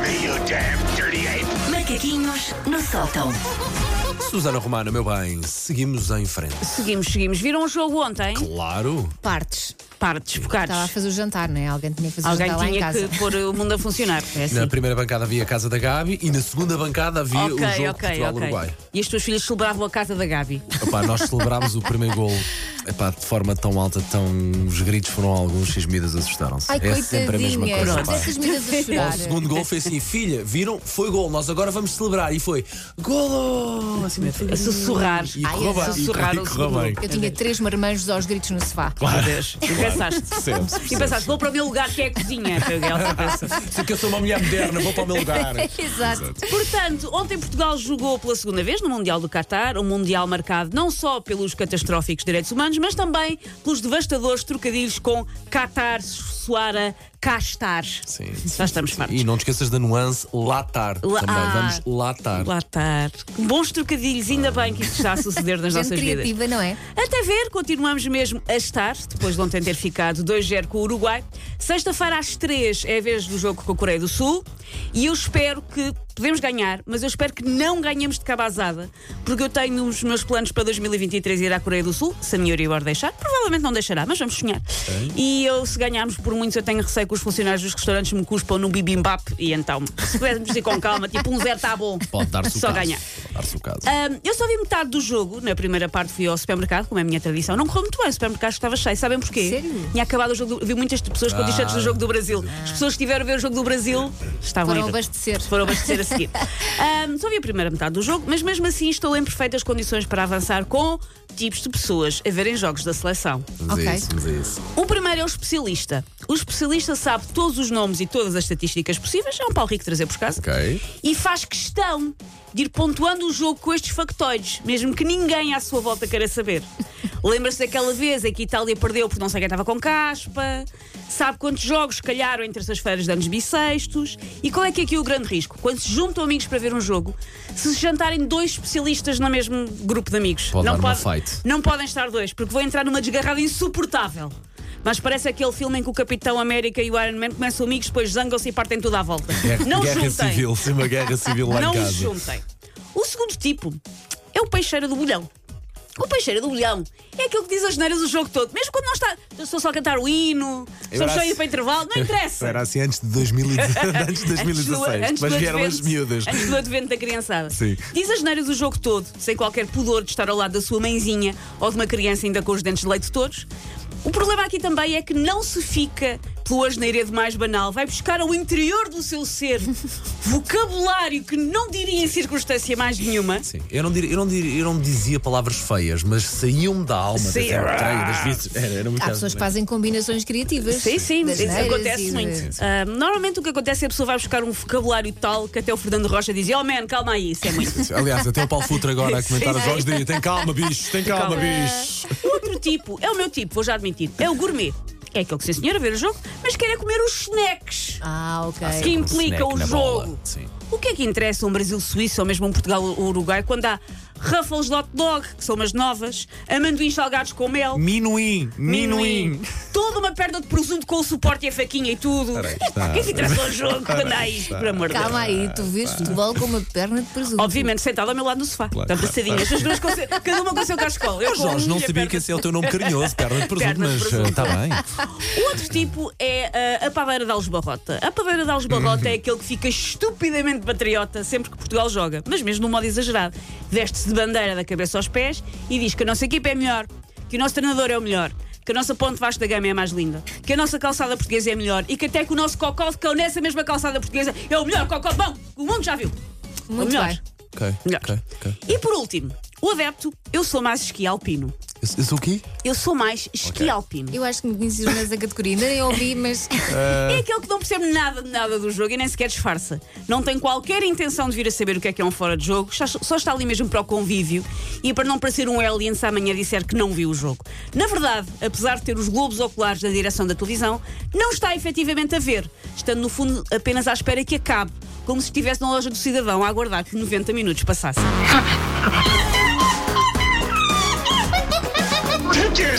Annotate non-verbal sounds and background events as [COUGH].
me, you damn dirty ape! Macaquinhos no sótão. Susana Romana, meu bem, seguimos em frente. Seguimos, seguimos. Viram o jogo ontem? Claro. Partes. Partes, Estava a bocados. fazer o jantar, não é? Alguém tinha que fazer o Alguém jantar lá em tinha casa. que pôr o mundo a funcionar. É assim. Na primeira bancada havia a casa da Gabi e na segunda bancada havia o Ok, jogo ok, Portugal-Uruguai. ok. E as tuas filhas celebravam a casa da Gabi. Epá, nós celebrámos o primeiro gol epá, de forma tão alta, tão. Os gritos foram alguns e as miúdas assustaram-se. Ai, É sempre a mesma coisa. coitadinhas. Mas pá. essas miúdas a Ao chorar. segundo gol foi assim, filha, viram? Foi gol, nós agora vamos celebrar. E foi golo! Assim, A sussurrar. e Ai, correu a bem. E sussurrar o correu segundo bem. Eu tinha três marmanjos aos gritos no sofá. Meu Deus. E pensaste. Percebe-se, E pensaste, vou para o meu lugar que é [LAUGHS] a cozinha. Foi o que ela pensou. Porque eu sou uma mulher moderna, vou para o meu [LAUGHS] lugar. Exato. Portanto, ontem Portugal jogou pela segunda vez no Mundial do Qatar, um Mundial marcado não só pelos catastróficos direitos humanos, mas também pelos devastadores trocadilhos com Qatar, Suara, Castar. Sim. Já estamos fartos. E não te esqueças da nuance latar La- também. Ah. Vamos latar. Latar. Bons trocadilhos, ainda bem que isto está a suceder nas [LAUGHS] Gente nossas vidas. criativa, não é? Até ver, continuamos mesmo a estar, depois de ontem ter ficado 2-0 com o Uruguai. Sexta-feira às 3 é a vez do jogo com a Coreia do Sul e eu espero que podemos ganhar, mas eu espero que não ganhemos de cabazada, porque eu tenho nos meus planos para 2023 ir à Coreia do Sul, se a minha Euribor deixar, provavelmente não deixará, mas vamos sonhar. E eu, se ganharmos por muitos, eu tenho receio que os funcionários dos restaurantes me cuspam no bibimbap e então, se pudermos ir com calma, tipo um zero está bom. Pode dar-se o Só caso. ganhar. Ah, Pode dar-se o caso. Ahm, eu só vi metade do jogo. Na primeira parte fui ao supermercado, como é a minha tradição. Não correu muito bem, o supermercado estava cheio. Sabem porquê? Sério? Tinha acabado o jogo. Do... Vi muitas pessoas com Ah. t-shirts do jogo do Brasil. As pessoas que estiveram a ver o jogo do Brasil estavam a Foram ir- abastecer. Foram abastecer a [LAUGHS] seguir. Ahm, só vi a primeira metade do jogo, mas mesmo assim estou em perfeitas condições para avançar com tipos de pessoas a verem jogos da seleção. Vamos a ok. isso, vamos a isso. O primeiro é o especialista. O especialista sabe todos os nomes e todas as estatísticas possíveis. É um pau rico trazer por casa. Ok. E faz questão de ir pontuando o jogo com estes factoides, mesmo que ninguém à sua volta queira saber. Lembra-se daquela vez em que a Itália perdeu porque não sei quem estava com caspa? Sabe quantos jogos calharam em terças-feiras de anos bissextos? E qual é que é aqui o grande risco? Quando se juntam amigos para ver um jogo, se se jantarem dois especialistas no mesmo grupo de amigos, Pode dar uma pode- fight. não podem estar dois, porque vão entrar numa desgarrada insuportável. Mas parece aquele filme em que o Capitão América e o Iron Man começam amigos, depois zangam-se e partem tudo à volta. Guerra, não guerra juntem. civil, sim, uma guerra civil lá não em casa. juntem. O segundo tipo é o peixeira do bolhão. O peixeira do bolhão é aquele que diz as neiras o jogo todo. Mesmo quando não está. Eu sou só a cantar o hino, Eu estamos era só a ir assim- para [LAUGHS] intervalo, não interessa. Era assim antes de [LAUGHS] 2016, antes de 2016 antes do mas vieram as advento- miúdas. Antes do advento da criançada. Sim. Diz as neiras o jogo todo, sem qualquer pudor de estar ao lado da sua mãezinha ou de uma criança ainda com os dentes de leite todos. O problema aqui também é que não se fica pelo asneiredo mais banal. Vai buscar ao interior do [LAUGHS] seu ser vocabulário que não diria em circunstância mais nenhuma. Sim. Eu, não diria, eu, não diria, eu não dizia palavras feias, mas saíam-me da alma. Sim. Era, das vezes, era, era muito Há pessoas que fazem combinações criativas. é? Sim, sim, das isso neiras acontece e de- muito. Ah, normalmente o que acontece é que a pessoa vai buscar um vocabulário tal que até o Fernando Rocha dizia: Oh man, calma aí, isso é muito. Aliás, até o Paulo Futre agora a comentar Sim, as sim. vozes dele. Tem calma, bicho, tem calma, bicho. Outro tipo, é o meu tipo, vou já admitir, é o gourmet. É aquele que, sim senhora, ver o jogo, mas quer é comer os snacks Ah, ok. que implica snack o na bola, jogo. sim. O que é que interessa um Brasil-Suíça ou mesmo um Portugal-Uruguai quando há ruffles de hot dog, que são umas novas, amendoins salgados com mel, Minuim, minuim. toda uma perna de presunto com o suporte e a faquinha e tudo. [LAUGHS] Ora aí está. O que é que interessa ao jogo quando há isto, está. por amor de Deus? Calma aí, tu vês Ah. futebol com uma perna de presunto. Obviamente, sentado ao meu lado no sofá. Claro, Está claro, abraçadinha. As duas com o seu- cada uma com o seu cascol. Eu Oh, com um a Jorge, não minha sabia perna que esse é o teu nome carinhoso, perna de presunto, Perna de mas presunto. está [LAUGHS] bem. O outro tipo é ah, a paveira de Alves Barrota. A paveira de Alves Barrota é aquele que fica estupidamente patriota sempre que Portugal joga, mas mesmo de um modo exagerado. Veste-se de bandeira da cabeça aos pés e diz que a nossa equipa é melhor, que o nosso treinador é o melhor. Que a nossa ponte Vasco da Gama é a mais linda, que a nossa calçada portuguesa é a melhor e que até que o nosso cocó de cão nessa mesma calçada portuguesa é o melhor cocó de pão que o mundo já viu. É o Muito melhor. bem. Ok, Melhor. ok, ok. E por último, o adepto, eu sou mais esqui alpino. Eu, eu sou o quê? Eu sou mais esqui alpino. Eu acho que me conheces nessa categoria. Ainda nem ouvi, mas. É aquele que não percebe nada de nada do jogo e nem sequer disfarça. Não tem qualquer intenção de vir a saber o que é que é um fora de jogo, só- só está ali mesmo para o convívio e para não parecer um alien se amanhã disser que não viu o jogo. Na verdade, apesar de ter os globos oculares na direção da televisão, não está efetivamente a ver, estando no fundo apenas à espera que acabe, como se estivesse na loja do cidadão a aguardar que 90 minutos passassem. Take your